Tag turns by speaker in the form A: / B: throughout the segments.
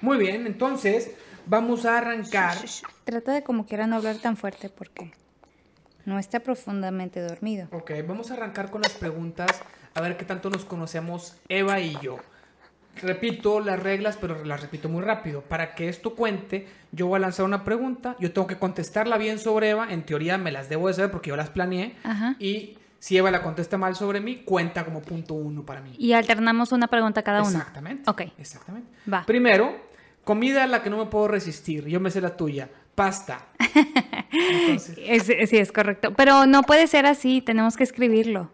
A: Muy bien, entonces vamos a arrancar.
B: Trata de como quiera no hablar tan fuerte porque no está profundamente dormido.
A: Ok, vamos a arrancar con las preguntas, a ver qué tanto nos conocemos Eva y yo. Repito las reglas, pero las repito muy rápido. Para que esto cuente, yo voy a lanzar una pregunta, yo tengo que contestarla bien sobre Eva, en teoría me las debo de saber porque yo las planeé,
B: Ajá.
A: y si Eva la contesta mal sobre mí, cuenta como punto uno para mí.
B: Y alternamos una pregunta cada uno.
A: Exactamente.
B: Ok.
A: Exactamente.
B: Va.
A: Primero, comida a la que no me puedo resistir, yo me sé la tuya, pasta. Entonces,
B: Es- es- sí, es correcto. Pero no puede ser así, tenemos que escribirlo.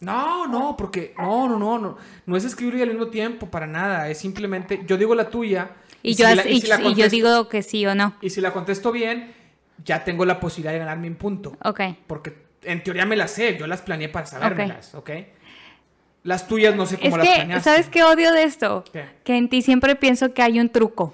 A: No, no, porque no, no, no, no, no es escribir al mismo tiempo para nada, es simplemente yo digo la tuya
B: Y,
A: si
B: yo, as-
A: la-
B: y-
A: si la
B: y yo
A: contesto-
B: digo que sí o no.
A: y si la contesto bien, ya tengo la posibilidad de ganarme un punto,
B: Ok.
A: porque en teoría me las sé, yo las planeé para sabérmelas, ¿ok? Las tuyas no sé
B: Es
A: cómo las
B: que,
A: planeaste.
B: ¿sabes qué odio de esto?
A: ¿Qué?
B: Que en ti siempre pienso que hay un truco.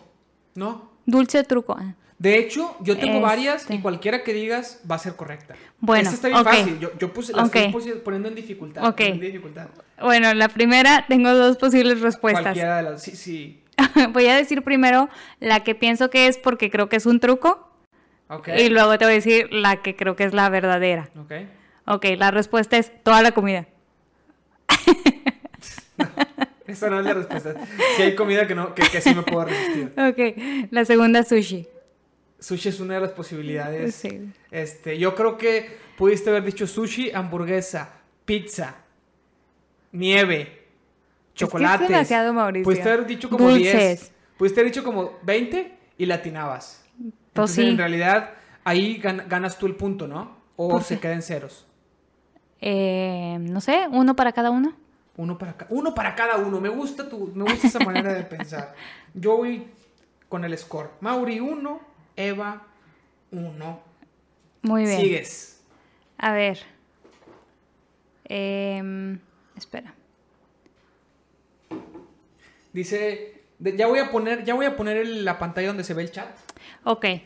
A: No.
B: Dulce truco. Ah.
A: De hecho, yo tengo varias y
B: Este.
A: cualquiera que digas va a ser correcta.
B: Bueno,
A: Esta está bien
B: ok.
A: fácil. Yo, yo puse, las
B: Ok.
A: estoy posi- poniendo en dificultad.
B: Ok.
A: poniendo en dificultad.
B: Bueno, la primera, tengo dos posibles respuestas.
A: Cualquiera de las. Sí, sí.
B: voy a decir primero la que pienso que es porque creo que es un truco
A: Ok.
B: y luego te voy a decir la que creo que es la verdadera.
A: Ok.
B: Ok, la respuesta es toda la comida.
A: Esa no es la respuesta. Si hay comida que, no, que, que sí me puedo resistir.
B: Ok, la segunda sushi.
A: Sushi es una de las posibilidades.
B: Sí.
A: Este, yo creo que pudiste haber dicho sushi, hamburguesa, pizza, nieve, chocolates.
B: demasiado, Mauricio.
A: Pudiste haber dicho como
B: Dulces.
A: 10. Pudiste haber dicho como 20 y latinabas.
B: Pues
A: Entonces,
B: sí.
A: en realidad, ahí gan- ganas tú el punto, ¿no? O
B: Pues
A: se queda en ceros.
B: Eh, no sé, uno para cada uno.
A: Uno para, ca- uno para cada uno. Me gusta, tu, me gusta esa manera de pensar. Yo voy con el score. Mauri 1, Eva 1.
B: Muy bien.
A: Sigues.
B: A ver. Em, espera.
A: Dice, de- ya voy a poner, ya voy a poner el- la pantalla donde se ve el chat.
B: Ok,
A: Ay,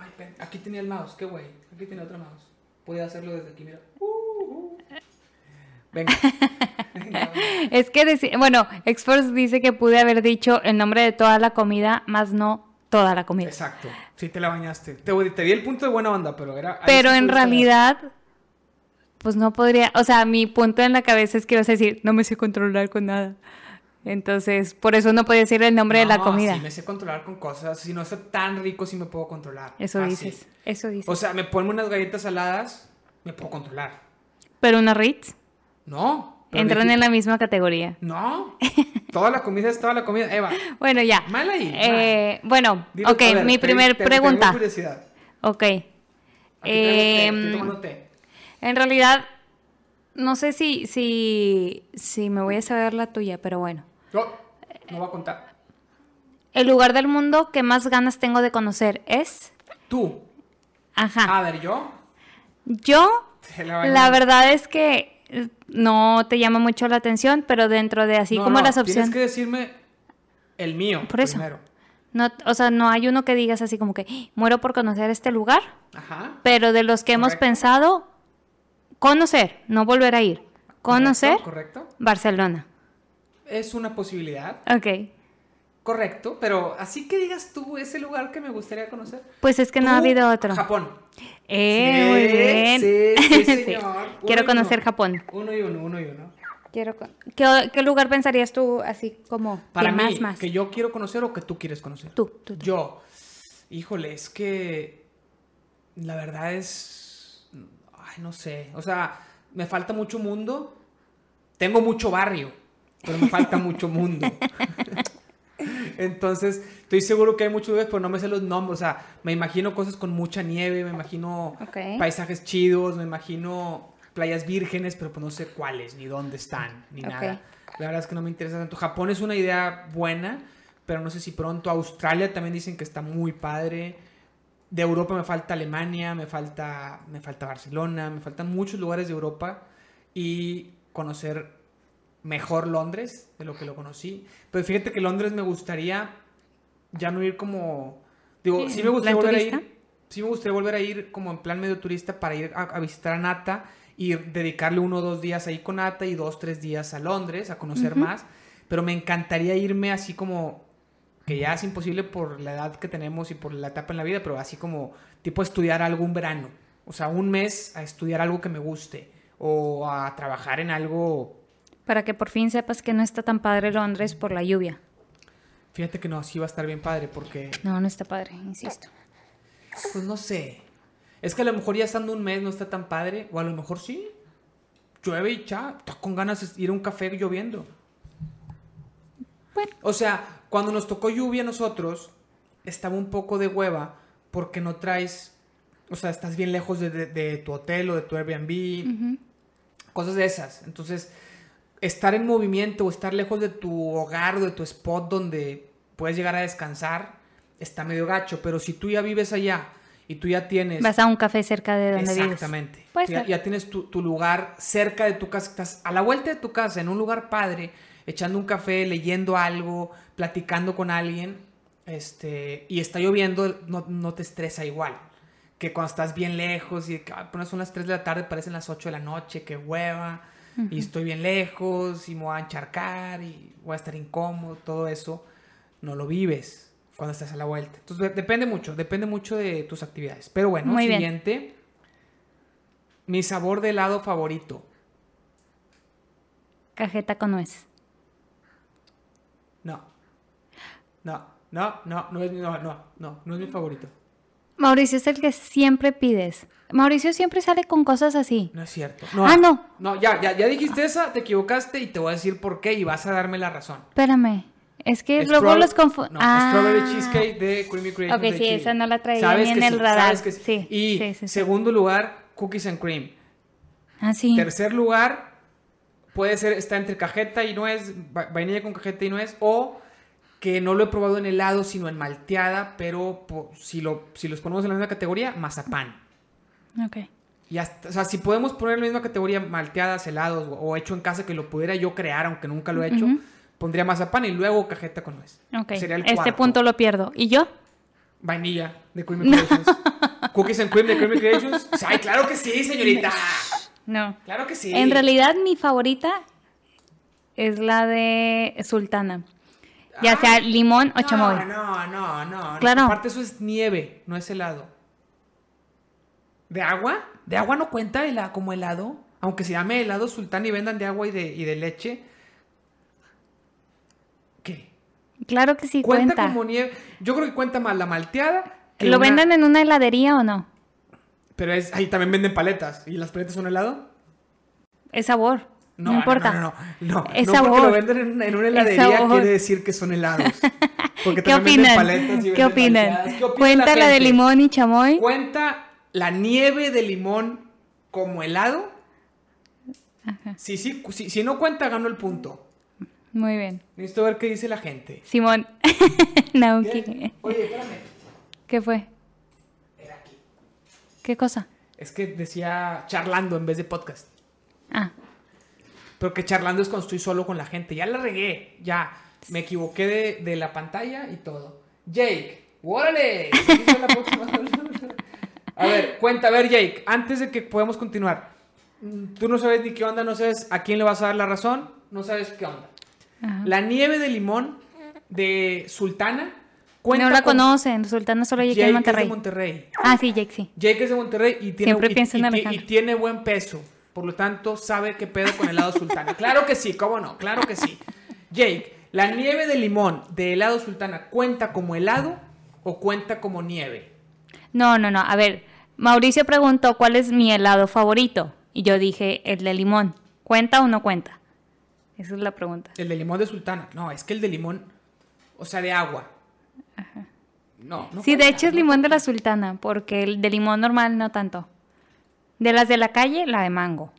A: espera, aquí tenía el mouse, qué güey. Aquí tenía otro mouse. Podía hacerlo desde aquí, mira. Uh, uh. Venga. Venga, venga.
B: es que, deci- bueno, Exforce dice que pude haber dicho el nombre de toda la comida, más no toda la comida.
A: Exacto. Sí, te la bañaste. Te, te di el punto de buena onda, pero era. ahí
B: Pero
A: sí
B: en
A: pudiste haber-
B: realidad, pues no podría, o sea, mi punto en la cabeza es que ibas a decir, no me sé controlar con nada. Entonces, por eso no podía decir el nombre de la
A: No,
B: comida.
A: Sí, me sé controlar con cosas. Si no está tan rico, sí me puedo controlar.
B: Eso
A: Fácil.
B: dices, eso dices.
A: Ah, O sea, me pongo unas galletas saladas, me puedo controlar.
B: Pero una Ritz
A: No. pero
B: entran
A: dije-
B: en la misma categoría.
A: No. Toda la comida es toda la comida. Eva,
B: Bueno, ya.
A: Mal ahí,
B: Eh, bueno,
A: dilo,
B: ok,
A: a ver,
B: mi
A: te-
B: primer
A: te-
B: pregunta.
A: Tengo curiosidad.
B: ok.
A: Aquí traigo té,
B: Em,
A: estoy tomando té.
B: en realidad, no sé si, si, si me voy a saber la tuya, pero bueno.
A: No, no voy a contar.
B: El lugar del mundo que más ganas tengo de conocer es...
A: Tú.
B: Ajá.
A: A ver, yo.
B: Yo,
A: Se la bañó.
B: Ah. la verdad es que eh, no te llama mucho la atención, pero dentro de así
A: No,
B: como
A: no,
B: las
A: Tienes
B: opciones.
A: que decirme el mío.
B: Por eso.
A: Primero.
B: No, o sea, no hay uno que digas así como que "Ah, muero por conocer este lugar,
A: Ajá.
B: pero de los que hemos
A: Correcto.
B: pensado, conocer, no volver a ir. Conocer
A: Correcto. correcto.
B: Barcelona.
A: Es una posibilidad.
B: Ok.
A: Correcto, pero así que digas tú ese lugar que me gustaría conocer.
B: Pues es que no
A: Tú,
B: ha habido otro.
A: Japón.
B: Eh,
A: Sí,
B: muy bien.
A: Sí, sí,
B: Sí.
A: señor. Uno y
B: Quiero
A: uno.
B: conocer Japón.
A: Uno y uno, uno y uno.
B: Quiero con- ¿Qué, qué lugar pensarías tú así como
A: Para
B: que
A: mí,
B: más más?
A: que yo quiero conocer o que tú quieres conocer.
B: Tú, tú, tú.
A: Yo, híjole, es que la verdad es, ay, no sé, o sea, me falta mucho mundo, tengo mucho barrio, pero me falta mucho mundo. Entonces, estoy seguro que hay muchos lugares, pero no me sé los nombres. O sea, me imagino cosas con mucha nieve, me imagino
B: Ok.
A: paisajes chidos, me imagino playas vírgenes, pero pues no sé cuáles, ni dónde están, ni
B: Ok.
A: nada. La verdad es que no me interesa tanto. Japón es una idea buena, pero no sé si pronto. Australia también dicen que está muy padre. De Europa me falta Alemania, me falta, me falta Barcelona, me faltan muchos lugares de Europa y conocer mejor Londres de lo que lo conocí. Pero fíjate que Londres me gustaría ya no ir como... Digo,
B: Sí,
A: sí
B: en
A: me gustaría
B: plan
A: volver a
B: turista.
A: ir. Sí me gustaría volver a ir como en plan medio turista para ir a, a visitar a Nata y dedicarle uno o dos días ahí con Nata y dos, tres días a Londres a conocer más. pero me encantaría irme así como, que ya es imposible por la edad que tenemos y por la etapa en la vida, pero así como tipo estudiar algo un verano, o sea, un mes a estudiar algo que me guste o a trabajar en algo.
B: Para que por fin sepas que no está tan padre Londres por la lluvia.
A: Fíjate que no, sí va a estar bien padre porque,
B: No, no está padre, insisto.
A: pues no sé, es que a lo mejor ya estando un mes no está tan padre, o a lo mejor sí, llueve y ya, estás con ganas de ir a un café lloviendo.
B: Bueno.
A: O sea, cuando nos tocó lluvia a nosotros, estaba un poco de hueva porque no traes, o sea, estás bien lejos de, de- de tu hotel o de tu Airbnb, cosas de esas. Entonces, estar en movimiento o estar lejos de tu hogar o de tu spot donde puedes llegar a descansar está medio gacho, pero si tú ya vives allá y tú ya tienes...
B: Vas a un café cerca de donde vives.
A: Exactamente.
B: Puede
A: Tú ya,
B: ser.
A: ya tienes tu, tu lugar cerca de tu casa, estás a la vuelta de tu casa, en un lugar padre, echando un café, leyendo algo, platicando con alguien, este, y está lloviendo, no, no te estresa igual. Que cuando estás bien lejos y de que, "Ay, pues son las 3 de la tarde, parecen las 8 de la noche, qué hueva, y estoy bien lejos, y me voy a encharcar, y voy a estar incómodo, todo eso, no lo vives cuando estás a la vuelta. Entonces, de- depende mucho, depende mucho de tus actividades. Pero bueno,
B: Muy bien.
A: siguiente. Mi sabor de helado favorito.
B: Cajeta con nuez.
A: No. No, no, no, no es, no, no, no, no es mi favorito.
B: Mauricio es el que siempre pides. Mauricio siempre sale con cosas así.
A: No es cierto. No,
B: Ah, no.
A: No, ya, ya, ya dijiste esa, te equivocaste y te voy a decir por qué y vas a darme la razón.
B: Espérame. Es que luego
A: Strawberry-
B: los Ah. confundo.
A: No, Strawberry Cheesecake de Creamy Creations
B: Ok,
A: de
B: sí,
A: Chile.
B: esa no la traía
A: Sabes
B: ni
A: que
B: en el
A: sí,
B: radar.
A: sabes que sí.
B: Sí,
A: Y
B: sí, sí, sí.
A: segundo lugar, Cookies and Cream.
B: Ah, sí.
A: Tercer lugar, puede ser, está entre cajeta y nuez, va- vainilla con cajeta y nuez, o que no lo he probado en helado, sino en malteada, pero po- si, lo, si los ponemos en la misma categoría, mazapán.
B: Ok.
A: Y hasta- o sea, si podemos poner en la misma categoría malteadas, helados o, o hecho en casa que lo pudiera yo crear, aunque nunca lo he hecho, pondría mazapán y luego cajeta con nuez.
B: Ok.
A: Sería el
B: Este
A: cuarto.
B: punto lo pierdo. ¿Y yo?
A: Vainilla de Creamy Creations. Cookies and Cream de Creamy Creations. Ay, claro que sí, señorita.
B: No.
A: Claro que sí.
B: En realidad, mi favorita es la de Sultana. Ya
A: Ah.
B: sea limón o chamoy.
A: No, no, no, no. no.
B: Claro.
A: Aparte eso es nieve, no es helado. ¿De agua? ¿De agua no cuenta hela- como helado? Aunque se llame helado sultán y vendan de agua y de, y de leche. ¿Qué?
B: Claro que sí
A: Cuenta,
B: cuenta.
A: como nieve. Yo creo que cuenta más la malteada. que
B: ¿Lo
A: una-
B: vendan en una heladería o no?
A: Pero es, ahí también venden paletas. ¿Y las paletas son helado?
B: Es sabor. No, importa.
A: No, no, no. no.
B: Es
A: No porque
B: sabor.
A: lo venden en, en una
B: Es
A: heladería
B: sabor.
A: quiere decir que son helados. Porque
B: ¿Qué
A: también venden
B: opinan?
A: paletas y
B: ¿Qué
A: venden malteadas.
B: opinan?
A: ¿Qué opina
B: ¿Cuenta la, de
A: gente?
B: limón y chamoy?
A: ¿Cuenta la nieve de limón como helado? Si, sí, cu- si, si no cuenta, gano el punto.
B: Muy bien.
A: Necesito ver qué dice la gente.
B: Simón. Nauki.
A: ¿Qué? Oye, espérame.
B: ¿Qué fue?
A: Era aquí.
B: ¿Qué cosa?
A: Es que decía charlando en vez de podcast.
B: Ah,
A: Pero que charlando es cuando estoy solo con la gente. Ya la regué, ya. Me equivoqué de, de la pantalla y todo. Jake, órale. Dice la próxima. a ver, cuenta, a ver, Jake, antes de que podamos continuar. Mm, Tú no sabes ni qué onda, no sabes a quién le vas a dar la razón, no sabes qué onda.
B: Ajá.
A: La nieve de limón de Sultana cuenta
B: no la
A: con
B: conocen. Sultana solo
A: Jake
B: llegué a
A: es
B: Monterrey.
A: de Monterrey.
B: Ah, sí, Jake, sí.
A: Jake es de Monterrey y tiene,
B: Siempre
A: y-
B: pienso en
A: y- y-
B: Alejandro.
A: y tiene buen peso. Por lo tanto, sabe qué pedo con helado sultana. claro que sí, cómo no, claro que sí. Jake, ¿la nieve de limón de helado sultana cuenta como helado o cuenta como nieve?
B: No, no, no. A ver, Mauricio preguntó cuál es mi helado favorito. Y yo dije el de limón. ¿Cuenta o no cuenta? Esa es la pregunta.
A: El de limón de sultana. No, es que el de limón, o sea, de agua. No, no.
B: sí, de
A: cuenta,
B: hecho es
A: no.
B: limón de la sultana, porque el de limón normal no tanto. De las de la calle, la de mango.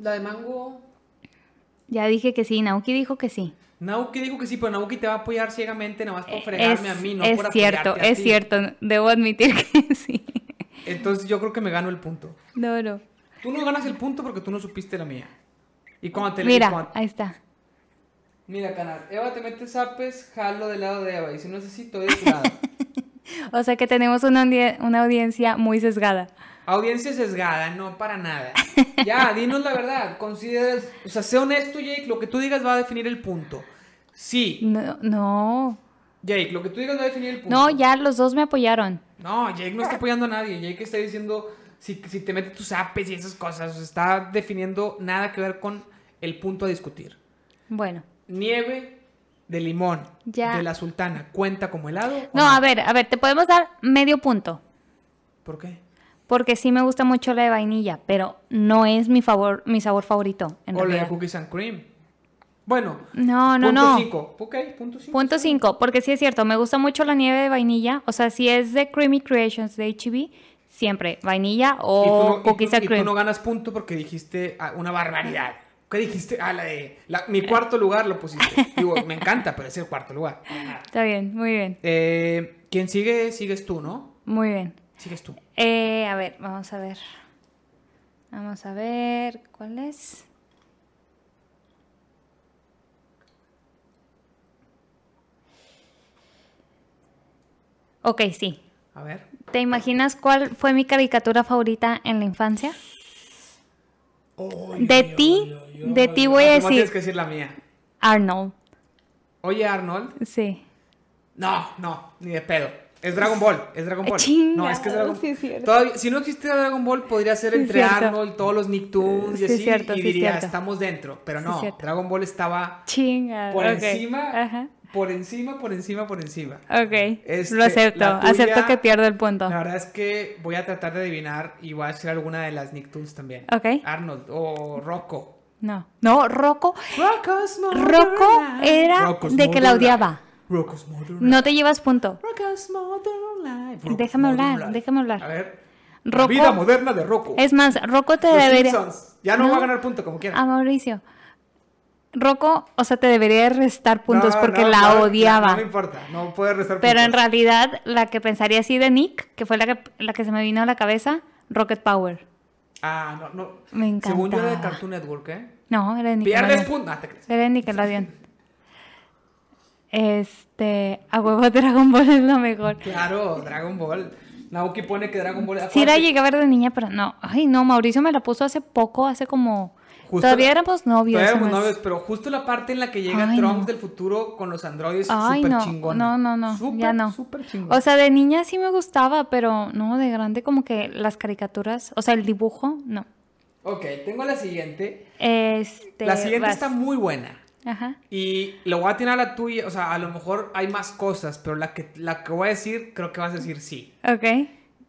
A: La de mango.
B: Ya dije que sí, Nauki dijo que sí.
A: Nauki dijo que sí, pero Nauki te va a apoyar ciegamente, nada más por
B: Eh, Es,
A: fregarme a mí, no
B: es
A: por apoyarte
B: cierto,
A: a
B: es
A: ti.
B: cierto. Debo admitir que sí.
A: Entonces yo creo que me gano el punto.
B: No, no.
A: Tú no ganas el punto porque tú no supiste la mía. Y cuando te y
B: Mira,
A: cuando-
B: ahí está.
A: Mira, canal. Eva te mete zapes, jalo del lado de Eva. Y si no es así, estoy de tu lado.
B: O sea que tenemos una, audi- una audiencia muy sesgada.
A: Audiencia sesgada, no para nada. Ya, dinos la verdad. Consideras, o sea, sé honesto, Jake, lo que tú digas va a definir el punto. Sí,
B: No, no.
A: Jake, lo que tú digas va a definir el punto.
B: No, ya los dos me apoyaron.
A: No, Jake no está apoyando a nadie. Jake está diciendo si, si te metes tus apes y esas cosas. O sea, está definiendo nada que ver con el punto a discutir.
B: Bueno.
A: Nieve de limón
B: Ya.
A: de la sultana, ¿cuenta como helado? o
B: No, a ver, a ver, te podemos dar medio punto.
A: ¿Por qué?
B: Porque sí me gusta mucho la de vainilla, pero no es mi favor, mi sabor favorito. En
A: o la de
B: realidad.
A: cookies and cream. Bueno,
B: No, no,
A: punto
B: no.
A: cinco. Ok, punto 5.
B: Punto 5, porque sí es cierto, me gusta mucho la nieve de vainilla. O sea, si es de Creamy Creations de HB, siempre vainilla o cookies and
A: Y tú
B: cream.
A: no ganas punto porque dijiste ah, una barbaridad. ¿Qué dijiste? Ah, la de. la- mi cuarto lugar lo pusiste. Digo, me encanta, pero es el cuarto lugar.
B: Está bien, muy bien,
A: Eh, ¿Quién sigue? Sigues tú, ¿no?
B: muy bien.
A: Sigues tú.
B: Eh, a ver, vamos a ver. Vamos a ver, ¿cuál es? Ok, sí.
A: A ver.
B: ¿Te imaginas cuál fue mi caricatura favorita en la infancia?
A: Oy,
B: De
A: oy,
B: ti,
A: oy, oy,
B: de
A: oy.
B: ti voy
A: Ah,
B: a
A: tú más Tienes
B: decir
A: que decir la mía.
B: Arnold.
A: Oye, Arnold.
B: Sí.
A: No, no, ni de pedo. Es Dragon Ball, es Dragon Ball. no, es que es
B: Chingado,
A: Dragon Ball.
B: sí es cierto.
A: si no existiera Dragon Ball, podría ser
B: Sí es
A: entre
B: cierto.
A: Arnold, todos los Nicktoons
B: Sí
A: y
B: es
A: así,
B: cierto,
A: y
B: sí es
A: diría,
B: cierto.
A: estamos dentro. Pero
B: Sí
A: no,
B: es cierto.
A: Dragon Ball estaba
B: Chinga.
A: por
B: ok,
A: encima,
B: Ajá. Ah,
A: por encima, por encima, por encima.
B: Ok.
A: Este,
B: lo acepto.
A: la tuya-
B: Acepto que pierdo el punto.
A: La verdad es que voy a tratar de adivinar y voy a decir alguna de las Nicktoons también.
B: Ok.
A: Arnold o Rocco.
B: No. No, Rocco.
A: Rocco's Modern
B: Rocco
A: Life.
B: era
A: Rocco's
B: de que la
A: Modern
B: odiaba.
A: Life. Rocco's Modern
B: No te llevas punto.
A: Rocco's Modern Life. Rocco's
B: Déjame
A: Modern
B: hablar,
A: Life.
B: déjame hablar.
A: A ver. La
B: Rocco-
A: vida moderna de Rocco.
B: Es más, Rocco te
A: Los
B: debería.
A: Simpsons. Ya no,
B: No. Ah,
A: va a ganar punto, como quiera.
B: A Mauricio. Rocco, o sea, te debería restar puntos
A: No,
B: porque
A: no,
B: la
A: no,
B: odiaba.
A: No, me importa, no puede restar
B: Pero en
A: puntos.
B: realidad, la que pensaría así de Nick, que fue la que, la que se me vino a la cabeza, Rocket Power.
A: Ah, no, no.
B: Me encantaba.
A: Según yo era de Cartoon Network, ¿eh?
B: No, era de
A: Pierdes
B: Nickelodeon.
A: punto. Ah, te crees.
B: Era de Nickelodeon. Este, a huevo Dragon Ball es lo mejor.
A: Claro, Dragon Ball. Naoki pone que Dragon Ball.
B: Sí la
A: Acuérdate,
B: llegué a ver de niña, pero no. Ay, no, Mauricio me la puso hace poco, hace como...
A: Justo-
B: Todavía éramos novios.
A: Todavía éramos
B: se me hace.
A: novios, pero justo la parte en la que llega
B: Ay,
A: Trunks
B: no.
A: del futuro con los androides
B: Ay,
A: súper
B: no,
A: chingón.
B: no, no, no,
A: Súper,
B: ya no.
A: Súper chingón.
B: O sea, de niña sí me gustaba, pero no, de grande como que las caricaturas, o sea, el dibujo, no.
A: ok, tengo la siguiente.
B: Este,
A: La siguiente
B: vas.
A: está muy buena.
B: Ajá.
A: Y lo voy a tirar a la tuya. O sea, a lo mejor hay más cosas, pero la que, la que voy a decir, creo que vas a decir sí.
B: Ok.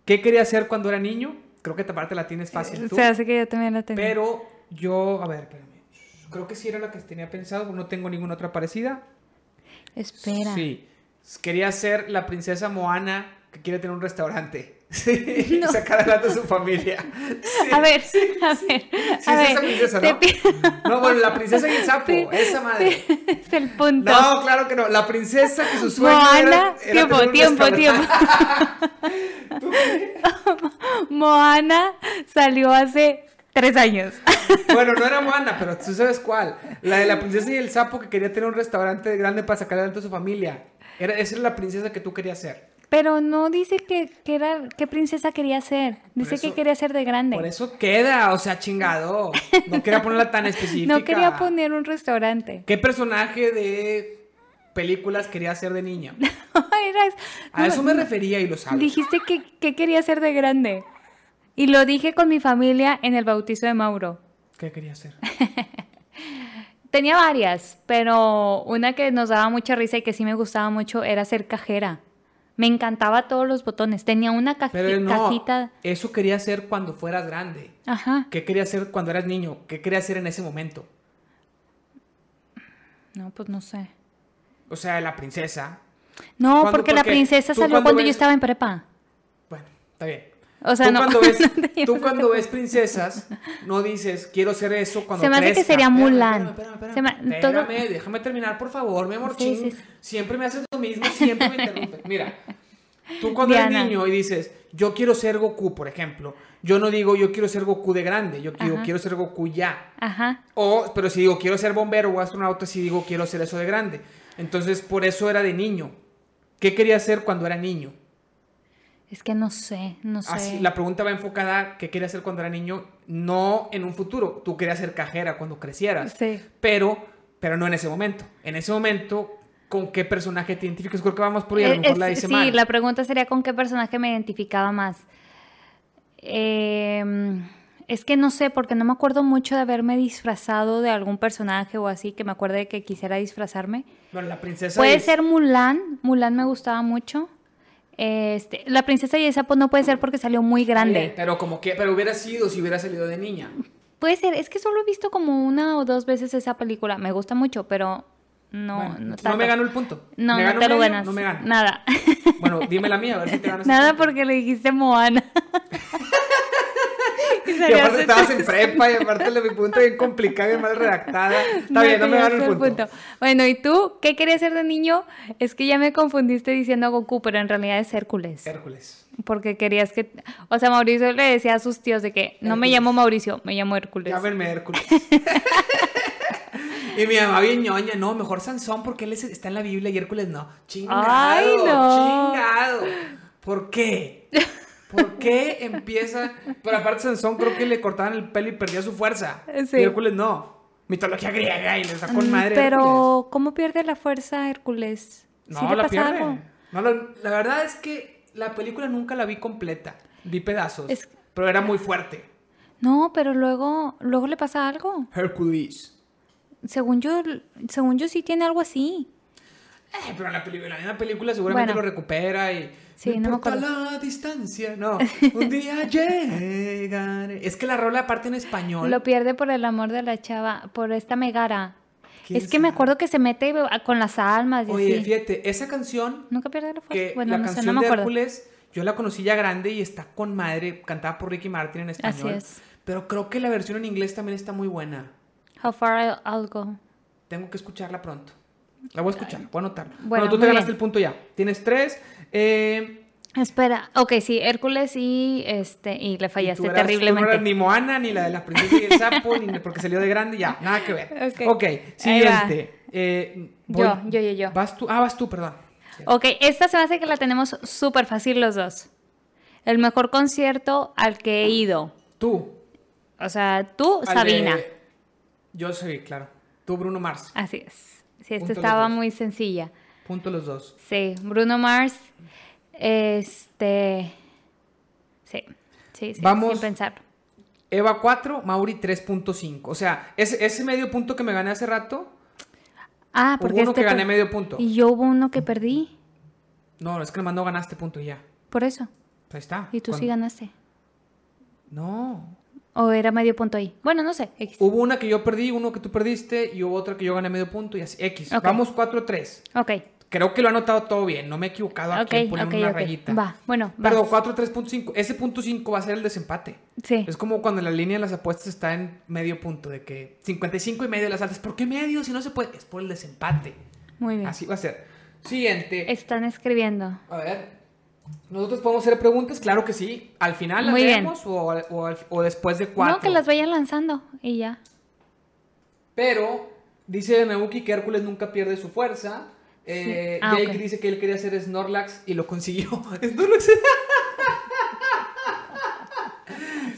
A: ¿Qué quería hacer cuando era niño? Creo que esta parte la tienes fácil
B: O
A: tú.
B: sea, así que yo también la tenía.
A: Pero yo, a ver, espérame. Creo que sí era la que tenía pensado, porque no tengo ninguna otra parecida.
B: Espera.
A: Sí. Quería ser la princesa Moana que quiere tener un restaurante. Sí.
B: No.
A: Sacar adelante a su familia. Sí.
B: a ver, a ver,
A: Sí,
B: a
A: es
B: ver.
A: esa princesa,
B: te
A: ¿no?
B: pido-
A: No, bueno, la princesa y el sapo. Esa madre.
B: es el punto.
A: No, claro que no. La princesa que su sueño
B: Moana,
A: era, era tener
B: tiempo,
A: un
B: tiempo,
A: restaurante.
B: tiempo. Moana salió hace tres años.
A: Bueno, no era Moana, pero tú sabes cuál. La de la princesa y el sapo que quería tener un restaurante grande para sacar adelante a su familia. Era, esa era la princesa que tú querías ser.
B: Pero no dice que, que era qué princesa quería ser. Dice
A: eso-
B: que quería ser de grande.
A: Por eso queda, o sea, chingado. No quería ponerla tan específica.
B: no quería poner un restaurante.
A: ¿Qué personaje de películas quería ser de niño?
B: Eras-
A: A
B: no,
A: Ah, eso me refería y lo sabes.
B: Dijiste que, que quería ser de grande. Y lo dije con mi familia en el bautizo de Mauro.
A: ¿Qué quería hacer?
B: Tenía varias, pero una que nos daba mucha risa y que sí me gustaba mucho era ser cajera. Me encantaba todos los botones. Tenía una caji-
A: Pero no,
B: cajita.
A: eso quería hacer cuando fueras grande.
B: Ajá.
A: ¿Qué quería hacer cuando eras niño? ¿Qué quería hacer en ese momento?
B: No, pues no sé.
A: O sea, la princesa.
B: No,
A: ¿Cuándo?
B: porque
A: ¿Por
B: la
A: qué?
B: princesa
A: ¿Tú
B: salió
A: cuándo
B: cuando yo
A: ves-
B: estaba en prepa.
A: Bueno, está bien.
B: O sea,
A: tú
B: no.
A: cuando ves,
B: no te llevas
A: tú
B: este
A: cuando ves princesas, no dices, quiero ser eso cuando
B: Se me hace que
A: crezca".
B: sería
A: Espérame,
B: Mulan.
A: Espérame, espérame,
B: Se me-
A: espérame.
B: todo-
A: Espérame, déjame terminar, por favor, mi amor.
B: Sí,
A: chin.
B: sí, sí.
A: Siempre me haces lo mismo, siempre me interrumpes. Mira, tú cuando
B: Diana.
A: eres niño y dices, yo quiero ser Goku, por ejemplo, yo no digo, yo quiero ser Goku de grande, yo digo,
B: Ajá.
A: quiero ser Goku ya.
B: Ajá.
A: O, pero si digo, quiero ser bombero o astronauta, si digo, quiero ser eso de grande. Entonces, por eso era de niño. ¿Qué quería ser cuando era niño?
B: Es que no sé, no sé.
A: Así, Ah, la pregunta va enfocada a qué querías ser cuando era niño, no en un futuro. Tú querías ser cajera cuando crecieras,
B: Sí.
A: pero, pero no en ese momento. En ese momento, ¿con qué personaje te identificas? Creo que vamos por ahí, a lo
B: Eh,
A: mejor
B: es-
A: la dice
B: sí,
A: mal.
B: la pregunta sería con qué personaje me identificaba más. Eh, es que no sé, porque no me acuerdo mucho de haberme disfrazado de algún personaje o así, que me acuerde que quisiera disfrazarme.
A: Bueno, la princesa
B: Puede
A: es-
B: ser Mulan, Mulan me gustaba mucho. Este, la princesa y esa pues no puede ser porque salió muy grande.
A: Bien, pero como que, pero hubiera sido si hubiera salido de niña.
B: Puede ser, es que solo he visto como una o dos veces esa película. Me gusta mucho, pero no.
A: Bueno,
B: no,
A: no
B: tanto.
A: me gano el punto.
B: No,
A: ¿Me
B: no
A: gano
B: te
A: un
B: lo
A: medio?
B: ganas.
A: No me gano.
B: Nada.
A: Bueno, dime la mía, a ver si te ganas. el
B: Nada
A: punto.
B: porque le dijiste Moana. Y
A: Y
B: salió
A: aparte
B: hace
A: estabas en
B: tres-
A: prepa y aparte le mi punto bien complicado y mal redactada. Está bien, no me
B: te
A: gano el
B: llevaste
A: punto.
B: al Bueno, ¿y tú qué querías ser de niño? Es que ya me confundiste diciendo Goku, pero en realidad es Hércules.
A: Hércules.
B: Porque querías que... O sea, Mauricio le decía a sus tíos de que no me
A: Hércules.
B: llamo Mauricio, me llamo Hércules.
A: Llámenme Hércules. y mi mamá bien ñoña, no, mejor Sansón porque él es- está en la Biblia y Hércules no. Chingado,
B: Ay, no.
A: chingado. ¿Por qué? ¿Por qué empieza? Pero aparte Sansón creo que le cortaban el pelo y perdía su fuerza.
B: Eh, Sí.
A: Y Hércules no. Mitología griega y le sacó con
B: Mm,
A: madre.
B: Pero,
A: Hércules.
B: ¿cómo pierde la fuerza Hércules? ¿Sí
A: No,
B: le
A: la
B: pasa
A: pierde.
B: algo?
A: No, la, la verdad es que la película nunca la vi completa. Vi pedazos.
B: Es-
A: Pero era muy fuerte.
B: No, pero luego, luego le pasa algo.
A: Hércules.
B: Según yo, según yo sí tiene algo así.
A: Eh, pero la, peli- la misma película seguramente
B: Bueno.
A: lo recupera y...
B: Sí, no me
A: importa
B: acuerdo.
A: la distancia. No, un día llegaré. Es que la rola aparte en español.
B: Lo pierde por el amor de la chava, por esta megara.
A: ¿Quién
B: Es que me
A: sabe?
B: acuerdo que se mete a- con las almas y
A: Oye,
B: así.
A: fíjate, esa canción
B: Nunca pierde la fuerza.
A: que
B: Bueno,
A: la
B: no sé,
A: canción
B: no me
A: de
B: acuerdo.
A: Hércules, yo la conocí ya grande y está con madre, cantada por Ricky Martin en español.
B: es.
A: Pero creo que la versión en inglés también está muy buena.
B: How far I'll- I'll go.
A: Tengo que escucharla pronto. La voy a escuchar, voy a anotarla. Bueno,
B: Bueno,
A: tú te
B: muy
A: ganaste
B: bien.
A: el punto ya. Tienes tres. Eh,
B: Espera, ok, sí, Hércules y este y le
A: y
B: fallaste
A: tú eras-
B: terriblemente.
A: tú no eras ni Moana, ni la de la princesa y el sapo, ni porque salió de grande, ya, nada que ver.
B: Ok.
A: Ok,
B: Ahí
A: siguiente. Eh,
B: Yo, yo, yo, Oh, yo.
A: Vas tú, ah, vas tú, perdón.
B: Ok, esta se me hace que la tenemos súper fácil los dos. El mejor concierto al que he ido.
A: Tú.
B: O sea, tú,
A: al de-
B: oh, Sabina.
A: Yo soy, claro. Tú, Bruno Mars.
B: Así es. Sí,
A: Punto
B: esta
A: los
B: estaba
A: dos.
B: muy sencilla.
A: Punto los dos.
B: Sí, Bruno Mars. Este. Sí, sí, sí.
A: Vamos.
B: Sin pensar.
A: Eva 4, Mauri 3.5. O sea, ese, ese medio punto que me gané hace rato,
B: Ah,
A: hubo
B: porque.
A: uno
B: este
A: que gané
B: tú-
A: medio punto.
B: Y yo hubo uno que perdí.
A: No, es que nomás no ganaste punto y ya. Pues
B: Por eso.
A: Ahí está.
B: Y tú sí
A: Cuando-
B: ganaste.
A: No.
B: O era medio punto ahí. Bueno, no sé. X.
A: Hubo una que yo perdí, uno que tú perdiste y hubo otra que yo gané medio punto y así. X.
B: Ok.
A: Vamos 4-3.
B: Ok.
A: Creo que lo ha anotado todo bien. No me he equivocado
B: Ok,
A: aquí en poner
B: ok,
A: una
B: ok.
A: rayita.
B: Va, bueno, vas.
A: Perdón, 4-3.5. Ese punto 5 va a ser el desempate.
B: Sí.
A: Es como cuando la línea de las apuestas está en medio punto, de que 55 y medio de las altas. ¿Por qué medio? Si no se puede. Es por el desempate.
B: Muy bien.
A: Así va a ser. Siguiente.
B: Están escribiendo.
A: A ver. Nosotros podemos hacer preguntas, claro que sí. Al final las
B: Muy bien.
A: leemos o, al- o al- o después de cuatro.
B: No, que las vayan lanzando y ya.
A: Pero dice Naoki que Hércules nunca pierde su fuerza. Eh,
B: Ah,
A: Jake
B: ok.
A: dice que él quería ser Snorlax y lo consiguió. Snorlax.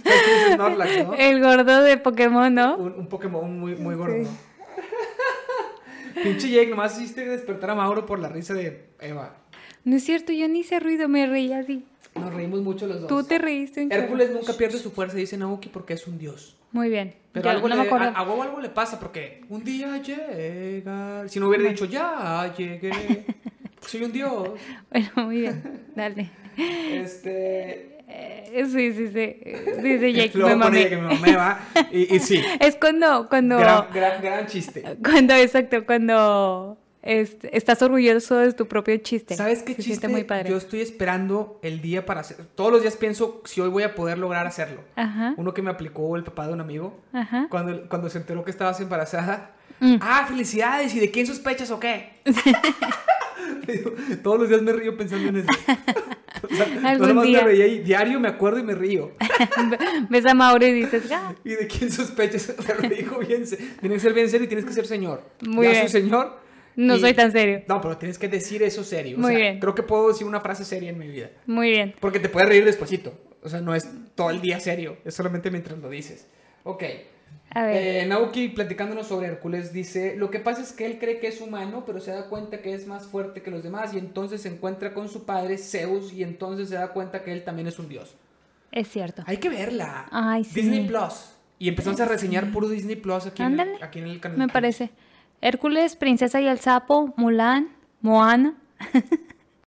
A: Jake es Snorlax, ¿no?
B: El gordo de Pokémon, Eh, ¿no?
A: Un, un Pokémon muy, muy gordo. Pinche Jake, nomás hiciste despertar a Mauro por la risa de Eva.
B: No es cierto, yo ni hice ruido, me reí así.
A: Nos reímos mucho los dos.
B: Tú te reíste. en
A: Hércules nunca pierde su fuerza, dice Naoki, porque es un dios.
B: Muy bien.
A: Pero
B: Ya,
A: algo,
B: no
A: le,
B: me acuerdo.
A: a- a huevo algo le pasa porque un día llega. Si no hubiera dicho ya llegué, soy un dios.
B: Bueno, muy bien. Dale.
A: Este.
B: Eh, sí, sí, sí. Dice Jake, me
A: luego pone
B: mamé.
A: que me mamé, va. Y, y sí.
B: Es cuando, cuando,
A: Gran, gran, gran chiste.
B: cuando, exacto, cuando este, estás orgulloso de tu propio chiste.
A: ¿Sabes qué
B: Se siente
A: chiste?
B: muy padre.
A: Yo estoy esperando el día para hacer. Todos los días pienso si hoy voy a poder lograr hacerlo.
B: Ajá,
A: Uno que me aplicó el papá de un amigo.
B: ajá.
A: Cuando, cuando se enteró que estabas embarazada.
B: Mm.
A: Ah, felicidades. ¿Y de quién sospechas o qué? Te digo, Todos los días me río pensando en eso. O sea, no
B: Algún
A: nomás
B: día.
A: me reía y diario me acuerdo y me río.
B: Ves a Mauro y dices, "Ah".
A: ¿Y de quién sospechas? Pero lo dijo bien. se- Tiene que ser bien serio y tienes que ser señor.
B: Muy
A: ya
B: bien.
A: soy señor.
B: No
A: Y-
B: soy tan serio.
A: No, pero tienes que decir eso serio. O
B: Muy
A: sea,
B: bien.
A: Creo que puedo decir una frase seria en mi vida.
B: Muy bien.
A: Porque te puedes reír despuesito. O sea, no es todo el día serio. Es solamente mientras lo dices. Ok.
B: A ver.
A: Eh, Naoki, platicándonos sobre Hércules, dice: Lo que pasa es que él cree que es humano, pero se da cuenta que es más fuerte que los demás. Y entonces se encuentra con su padre, Zeus, y entonces se da cuenta que él también es un dios.
B: Es cierto.
A: Hay que verla.
B: Ay, sí.
A: Disney Plus. Y empezamos a reseñar puro Disney Plus aquí, en,
B: Ándale.
A: aquí en el canal.
B: Me parece. Hércules, Princesa y el Sapo, Mulan, Moana.